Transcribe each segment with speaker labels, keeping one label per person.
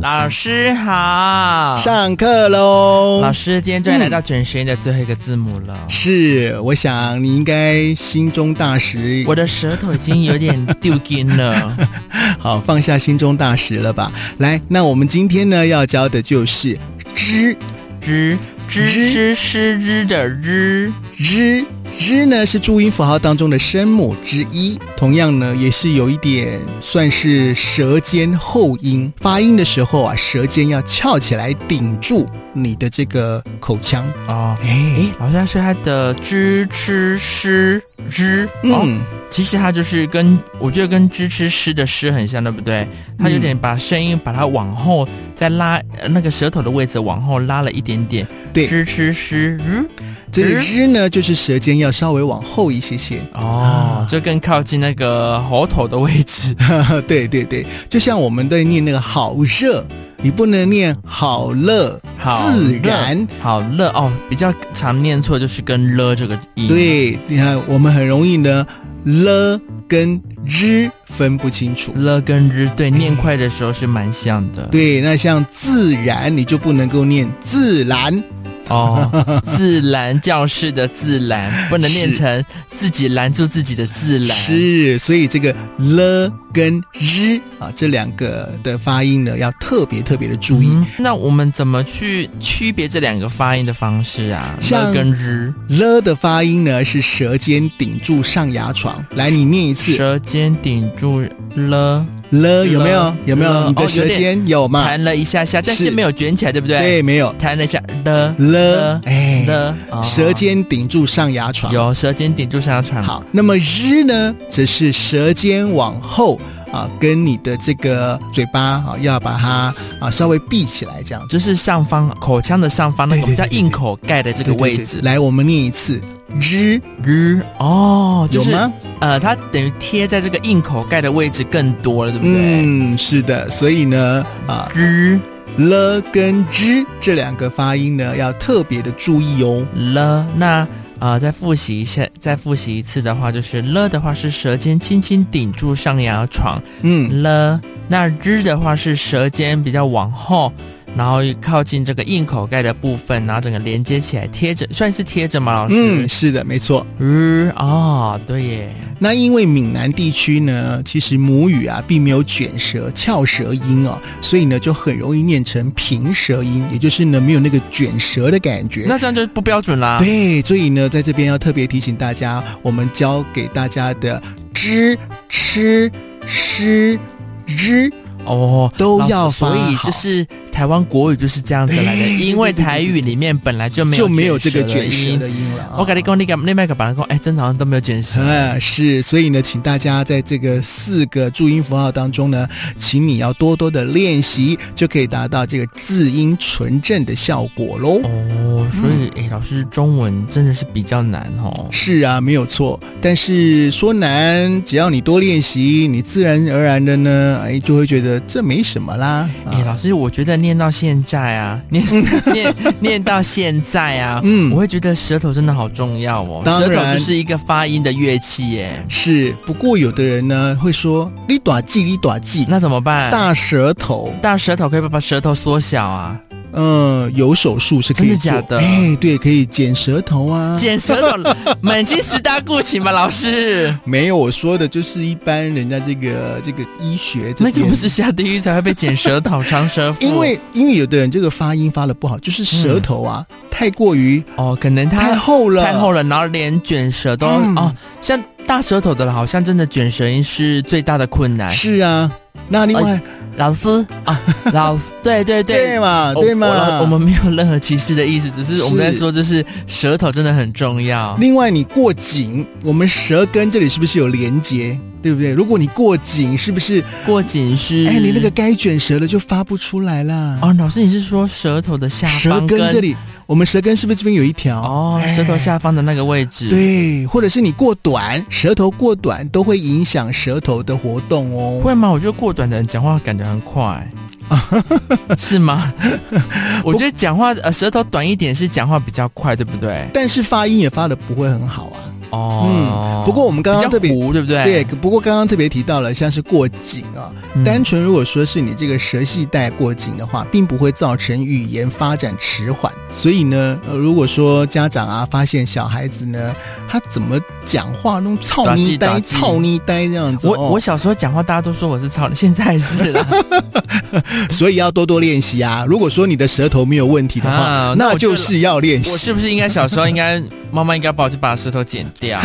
Speaker 1: 老师好，
Speaker 2: 上课喽！
Speaker 1: 啊老师，今天终于来到卷舌音的最后一个字母了。
Speaker 2: 嗯是，我想你应该心中大石，
Speaker 1: 我的舌头已经有点丢筋 了。
Speaker 2: 好放下心中大石了吧？来，那我们今天呢要教的就是知
Speaker 1: 吱吱吱吱吱的吱，
Speaker 2: 知知呢是注音符号当中的声母之一，同样呢也是有一点算是舌尖后音，发音的时候啊，舌尖要翘起来顶住你的这个口腔。
Speaker 1: 哦，
Speaker 2: 哎，
Speaker 1: 好像是它的吱吱吱吱。哦，
Speaker 2: 嗯，
Speaker 1: 其实它就是跟我觉得跟吱吱吱的吱很像，对不对？它有点把声音把它往后再拉，呃那个舌头的位置往后拉了一点点。
Speaker 2: 对
Speaker 1: 吱吱吱，嗯，
Speaker 2: 这个
Speaker 1: 嗯
Speaker 2: 知呢就是舌尖要稍微往后一些些。
Speaker 1: 哦，
Speaker 2: 啊
Speaker 1: 就更靠近那个喉头的位置。
Speaker 2: 对对对，就像我们在念那个好热，你不能念好乐，
Speaker 1: 好
Speaker 2: 自
Speaker 1: 热
Speaker 2: 然。
Speaker 1: 好乐哦，比较常念错就是跟了这个音。，
Speaker 2: 对，你看我们很容易呢了跟日分不清楚。
Speaker 1: 了跟日对念快的时候是蛮像的。
Speaker 2: 对，那像自然你就不能够念自然，
Speaker 1: 哦， 自然教室的自然不能念成自己拦住自己的自然。
Speaker 2: 是，所以这个了跟日啊这两个的发音呢要特别特别的注意。
Speaker 1: 嗯那我们怎么去区别这两个发音的方式啊？了
Speaker 2: 像
Speaker 1: 跟日，
Speaker 2: 了的发音呢是舌尖顶住上牙床，来你念一次
Speaker 1: 舌尖顶住了，
Speaker 2: 了有没有
Speaker 1: 了？
Speaker 2: 有没有？
Speaker 1: 了
Speaker 2: 你
Speaker 1: 哦
Speaker 2: 的
Speaker 1: 有
Speaker 2: 舌
Speaker 1: 点
Speaker 2: 尖有吗？
Speaker 1: 弹了一下下，但是
Speaker 2: 啊是
Speaker 1: 没有卷起来，对不对？
Speaker 2: 对，没有
Speaker 1: 弹了一下了
Speaker 2: 了
Speaker 1: 了，
Speaker 2: 哎，
Speaker 1: 了，哦
Speaker 2: 舌尖顶住上牙床。
Speaker 1: 有舌尖顶住上牙床。
Speaker 2: 好，那么日呢，则是舌尖往后啊，跟你的这个嘴巴啊，要把它啊稍微闭起来，这样子。
Speaker 1: 就是上方口腔的上方那
Speaker 2: 对
Speaker 1: 个
Speaker 2: 对
Speaker 1: 比较
Speaker 2: 对对
Speaker 1: 硬口盖的这个
Speaker 2: 对对
Speaker 1: 位
Speaker 2: 对
Speaker 1: 置。
Speaker 2: 来，我们念一次日，
Speaker 1: 日哦，就是
Speaker 2: 有吗？
Speaker 1: 呃，它等于贴在这个硬口盖的位置更多了，对不对？
Speaker 2: 嗯，是的。所以呢，啊，
Speaker 1: 日
Speaker 2: 了跟之这两个发音呢，要特别的注意哦。
Speaker 1: 了，那呃，再复习一下，再复习一次的话，就是了的话是舌尖轻轻顶住上牙床，
Speaker 2: 嗯，
Speaker 1: 了。那日的话是舌尖比较往后，然后靠近这个硬口盖的部分，然后整个连接起来贴着，算是贴着吗？老
Speaker 2: 嗯，
Speaker 1: 师，
Speaker 2: 是的，没错。
Speaker 1: 嗯，日哦，对耶，
Speaker 2: 那因为闽南地区呢，其实母语啊并没有卷舌、翘舌音哦，所以呢就很容易念成平舌音，也就是呢没有那个卷舌的感觉。
Speaker 1: 那这样就不标准啦。
Speaker 2: 对，所以呢在这边要特别提醒大家，我们教给大家的知、吃、诗、日
Speaker 1: 哦，
Speaker 2: 都
Speaker 1: 老师
Speaker 2: 要发
Speaker 1: 所以
Speaker 2: 好
Speaker 1: 就是台湾国语就是这样子来的，
Speaker 2: 哎
Speaker 1: 因为台语里面本来就没有
Speaker 2: 就没有这个卷舌
Speaker 1: 音。
Speaker 2: 的音了啊、
Speaker 1: 我跟你讲，你讲那麦克板讲，哎，真的好像都没有卷舌。
Speaker 2: 啊，是，所以呢，请大家在这个四个注音符号当中呢，请你要多多的练习，就可以达到这个字音纯正的效果喽。嗯
Speaker 1: 哦，所以哎，老师中文真的是比较难哦。
Speaker 2: 是啊，没有错。但是说难，只要你多练习，你自然而然的呢，哎，就会觉得这没什么啦。
Speaker 1: 哎，
Speaker 2: 啊、
Speaker 1: 老师，我觉得念到现在啊，念 念念到现在啊，
Speaker 2: 嗯
Speaker 1: 我会觉得舌头真的好重要哦。
Speaker 2: 当
Speaker 1: 舌
Speaker 2: 然
Speaker 1: 头就是一个发音的乐器耶，
Speaker 2: 是。不过有的人呢会说“你短记，你短记
Speaker 1: 那怎么”，办？
Speaker 2: 大舌头。
Speaker 1: 大舌头可以把把舌头缩小啊，
Speaker 2: 嗯，有手术是可以
Speaker 1: 真的假
Speaker 2: 做
Speaker 1: 的
Speaker 2: 哎，对，可以剪舌头啊。
Speaker 1: 剪舌 头，满清十大酷刑吧，老师。
Speaker 2: 没有，我说的就是一般人家这个这个医学这
Speaker 1: 那个
Speaker 2: 边
Speaker 1: 不是下地狱才会被剪舌头、长舌妇，
Speaker 2: 因为因为有的人这个发音发的不好，就是舌头啊、太过于
Speaker 1: 哦，可能
Speaker 2: 太
Speaker 1: 他
Speaker 2: 厚了，
Speaker 1: 太厚了，然后连卷舌都、
Speaker 2: 嗯
Speaker 1: 哦，像大舌头的了，好像真的卷舌音是最大的困难。
Speaker 2: 是啊，那另外、
Speaker 1: 老师啊，老 师，对哎对对。
Speaker 2: 对嘛
Speaker 1: 哦
Speaker 2: 对
Speaker 1: 我
Speaker 2: 嘛，
Speaker 1: 我们没有任何歧视的意思，只是我们在
Speaker 2: 是
Speaker 1: 说，就是舌头真的很重要。
Speaker 2: 另外你过紧，我们舌根这里是不是有连接？对不对？如果你过紧，是不是
Speaker 1: 过紧是
Speaker 2: 哎，你那个该卷舌的就发不出来啦？
Speaker 1: 嗯哦，老师，你是说舌头的下
Speaker 2: 舌
Speaker 1: 方
Speaker 2: 根这里，我们舌根是不是这边有一条？哎
Speaker 1: 哦，舌头下方的那个位置，，
Speaker 2: 对，或者是你过短，舌头过短都会影响舌头的活动哦。
Speaker 1: 会吗？我觉得过短的人讲话感觉很 快，是吗？我觉得讲话呃舌头短一点是讲话比较快，对不对？
Speaker 2: 但是发音也发的不会很好啊。
Speaker 1: 哦，
Speaker 2: 不过我们刚刚特别
Speaker 1: 比较哎糊对不对？
Speaker 2: 对，，不过刚刚特别提到了，像是过紧啊，
Speaker 1: 嗯
Speaker 2: 单纯如果说是你这个舌系带过紧的话，并不会造成语言发展迟缓。所以呢，呃、如果说家长啊发现小孩子呢，他怎么讲话那种操泥
Speaker 1: 打击打
Speaker 2: 呆、
Speaker 1: 击
Speaker 2: 操泥呆这样子，
Speaker 1: 我
Speaker 2: 哦
Speaker 1: 我小时候讲话，大家都说我是超人，现在是 了。
Speaker 2: 所以要多多练习啊。如果说你的舌头没有问题的话，
Speaker 1: 啊那我
Speaker 2: 那就是要练
Speaker 1: 我
Speaker 2: 习。
Speaker 1: 是不是应该小时候应该妈妈应该帮我去把舌头剪 掉？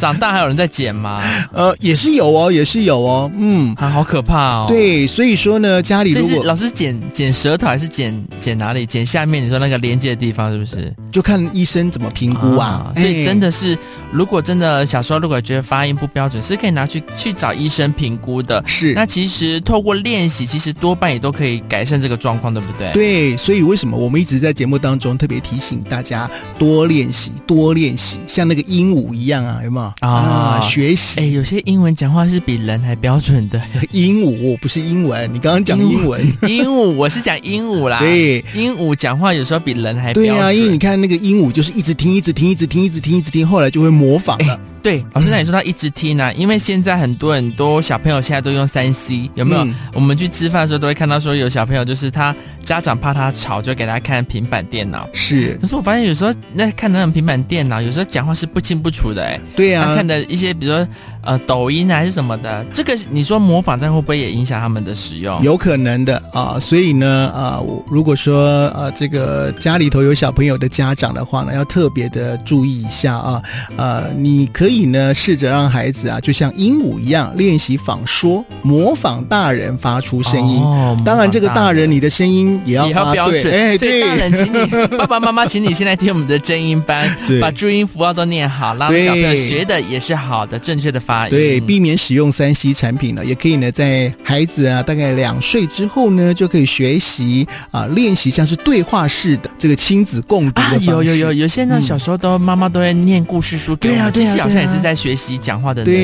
Speaker 1: 长大还有人在剪吗？
Speaker 2: 呃，也是有哦，也是有哦，嗯，
Speaker 1: 啊，好可怕哦！，
Speaker 2: 对，所以说呢，家里
Speaker 1: 所以
Speaker 2: 如
Speaker 1: 是
Speaker 2: 果
Speaker 1: 老师剪剪舌头还是剪剪哪里？剪下面你说那个连接的地方是不是？
Speaker 2: 就看医生怎么评估啊，
Speaker 1: 所以
Speaker 2: 哎
Speaker 1: 真的是，如果真的小时候如果觉得发音不标准，是可以拿去去找医生评估的。
Speaker 2: 是
Speaker 1: 那其实透过练习，其实多半也都可以改善这个状况，对不对？
Speaker 2: 对，所以为什么我们一直在节目当中特别提醒大家多练习、多练习，像那个鹦鹉一样啊，有没有
Speaker 1: 啊
Speaker 2: 学习
Speaker 1: 哎，有些英文讲话是比人还标准的。
Speaker 2: 鹦鹉不是英文，你刚刚讲英文，
Speaker 1: 鹦鹉，我是讲鹦鹉啦。
Speaker 2: 对
Speaker 1: 鹦鹉讲话有时候比人还哎标
Speaker 2: 对
Speaker 1: 准。
Speaker 2: 啊，因为你看那个鹦鹉就是一直听、一直听、一直听、一直听、一直听，后来就会模仿了。
Speaker 1: 对老师，那你说到一直听呢、因为现在很多很多小朋友现在都用三 C，有没有？
Speaker 2: 嗯
Speaker 1: 我们去吃饭的时候都会看到说有小朋友就是他家长怕他吵，就给他看平板电脑。
Speaker 2: 是，
Speaker 1: 可是我发现有时候那看那种平板电脑，有时候讲话是不清不楚的哎、
Speaker 2: 对
Speaker 1: 他
Speaker 2: 啊
Speaker 1: 看，的一些比如说呃抖音啊还是什么的，这个你说模仿这样会不会也影响他们的使用？
Speaker 2: 有可能的啊、所以呢，啊、我如果说呃，这个家里头有小朋友的家长的话呢，要特别的注意一下啊，呃，你可以呢试着让孩子啊，就像鹦鹉一样练习仿说，模仿大人发出声音。
Speaker 1: 哦
Speaker 2: 当然，这个
Speaker 1: 模仿
Speaker 2: 大人你的声音也要
Speaker 1: 也要
Speaker 2: 发
Speaker 1: 标
Speaker 2: 对，
Speaker 1: 准，
Speaker 2: 哎，
Speaker 1: 所以大
Speaker 2: 对，
Speaker 1: 人，请 你爸爸妈妈，请你现在听我们的真音班
Speaker 2: 对，
Speaker 1: 把注音符号都念好，让小朋友
Speaker 2: 对
Speaker 1: 学的也是好的，正确的发音。嗯
Speaker 2: 对，避免使用三 C 产品呢，也可以呢，在孩子啊大概两岁之后呢，就可以学习啊、练习像是对话式的这个亲子共读的
Speaker 1: 啊，
Speaker 2: 方式。
Speaker 1: 有有有，有些那
Speaker 2: 嗯
Speaker 1: 小时候都妈妈都会念故事书给我
Speaker 2: 对啊
Speaker 1: 们，
Speaker 2: 对
Speaker 1: 其
Speaker 2: 啊
Speaker 1: 实好像也
Speaker 2: 对
Speaker 1: 是
Speaker 2: 啊
Speaker 1: 在学习讲话的能力。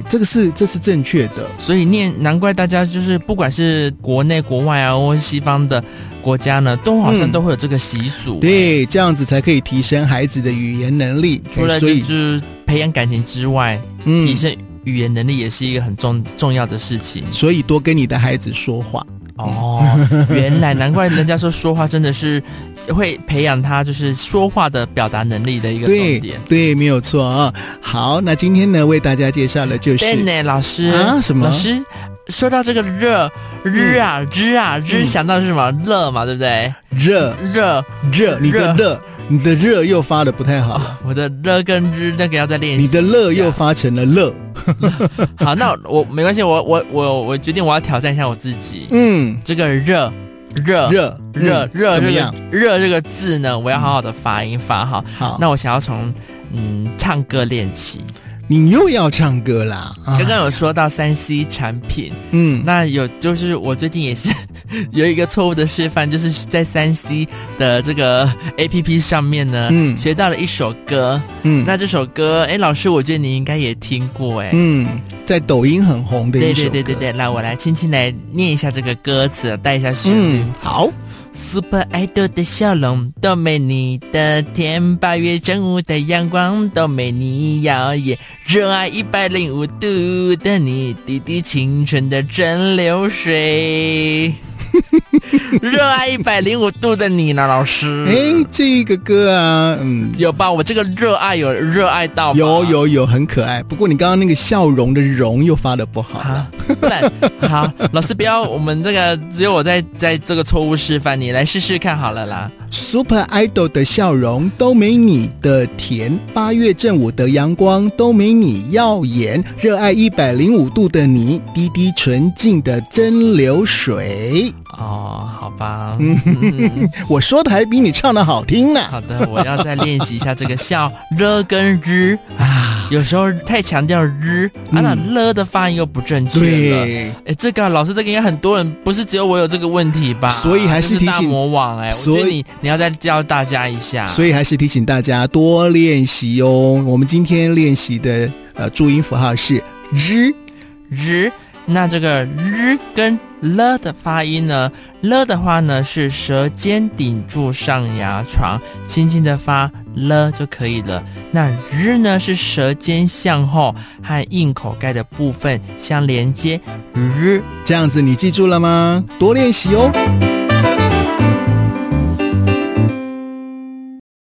Speaker 2: 对，这个是这是正确的。
Speaker 1: 所以念，难怪大家就是不管是国内、国外啊，或是西方的国家呢，都好像
Speaker 2: 嗯
Speaker 1: 都会有这个习俗。，
Speaker 2: 对，这样子才可以提升孩子的语言能力。
Speaker 1: 除了
Speaker 2: 所
Speaker 1: 就
Speaker 2: 以，
Speaker 1: 是培养感情之外，提
Speaker 2: 嗯，
Speaker 1: 升语言能力也是一个很重重要的事情。
Speaker 2: 所以多跟你的孩子说话。
Speaker 1: 哦，原来难怪人家说说话真的是会培养他就是说话的表达能力的一个
Speaker 2: 对
Speaker 1: 重点。
Speaker 2: 对，没有错啊、好，那今天呢，为大家介绍的就是
Speaker 1: 对呢，老师
Speaker 2: 啊什么
Speaker 1: 老师说到这个热热啊热啊热，
Speaker 2: 嗯
Speaker 1: 想到是什么热嘛，对不对？
Speaker 2: 热
Speaker 1: 热，哦
Speaker 2: 热，你的热，你的热又发的不太好，
Speaker 1: 我的热跟日那个要再练习
Speaker 2: 你
Speaker 1: 一下。
Speaker 2: 的乐又发成了乐。
Speaker 1: 好，那我没关系，我我我我决定我要挑战一下我自己。
Speaker 2: 嗯，
Speaker 1: 这个热热
Speaker 2: 热
Speaker 1: 热
Speaker 2: 嗯
Speaker 1: 热
Speaker 2: 怎么
Speaker 1: 这
Speaker 2: 样
Speaker 1: 个？热这个字呢，我要好好的发音发好。
Speaker 2: 好，
Speaker 1: 那我想要从嗯唱歌练起。
Speaker 2: 你又要唱歌啦？啊
Speaker 1: 刚刚有说到三 C 产品，
Speaker 2: 嗯，
Speaker 1: 那有就是我最近也是有一个错误的示范，就是在三 C 的这个 A P P 上面呢，
Speaker 2: 嗯
Speaker 1: 学到了一首歌。
Speaker 2: 嗯
Speaker 1: 那这首歌，哎，老师，我觉得你应该也听过，哎、
Speaker 2: 嗯，在抖音很红的
Speaker 1: 对
Speaker 2: 一
Speaker 1: 对
Speaker 2: 首歌。
Speaker 1: 对对对，来，我来轻轻来念一下这个歌词，带一下旋律。
Speaker 2: 嗯，好，
Speaker 1: Super Idol 的笑容都没你的甜，八月正午的阳光都没你耀眼，热爱一百零五度的你，滴滴青春的蒸馏水。 热爱一百零五度的你呢，老师？
Speaker 2: 哎，这个歌啊，嗯，
Speaker 1: 有吧？我这个热爱有热爱到吧
Speaker 2: 有有有，很可爱。不过你刚刚那个笑容的容又发的不好了
Speaker 1: 啊。，不然好，老师不要，我们这个只有我在在这个错误示范，你来试试看好了啦。
Speaker 2: Super Idol 的笑容都没你的甜，八月正午的阳光都没你耀眼，热爱一百零五度的你，滴滴纯净的蒸馏水。
Speaker 1: 哦，好吧。嗯
Speaker 2: 我说的还比你唱的好听呢。
Speaker 1: 好的，我要再练习一下这个笑了跟日啊，有时候太强调日啊，那了的发音又不正确了。
Speaker 2: 嗯对，
Speaker 1: 哎，这个老师，这个应该很多人，不是只有我有这个问题吧？
Speaker 2: 所以还是
Speaker 1: 这
Speaker 2: 提
Speaker 1: 大
Speaker 2: 醒
Speaker 1: 魔王哎，我
Speaker 2: 所
Speaker 1: 觉得
Speaker 2: 以
Speaker 1: 你你要再教大家一下。
Speaker 2: 所以还是提醒大家多练习哦。我们今天练习的呃注音符号是 “z”，
Speaker 1: 日那这个日跟了的发音呢？了的话呢是舌尖顶住上牙床，轻轻的发了就可以了。那日呢是舌尖向后和硬口盖的部分相连接，日。
Speaker 2: 这样子你记住了吗？多练习哦。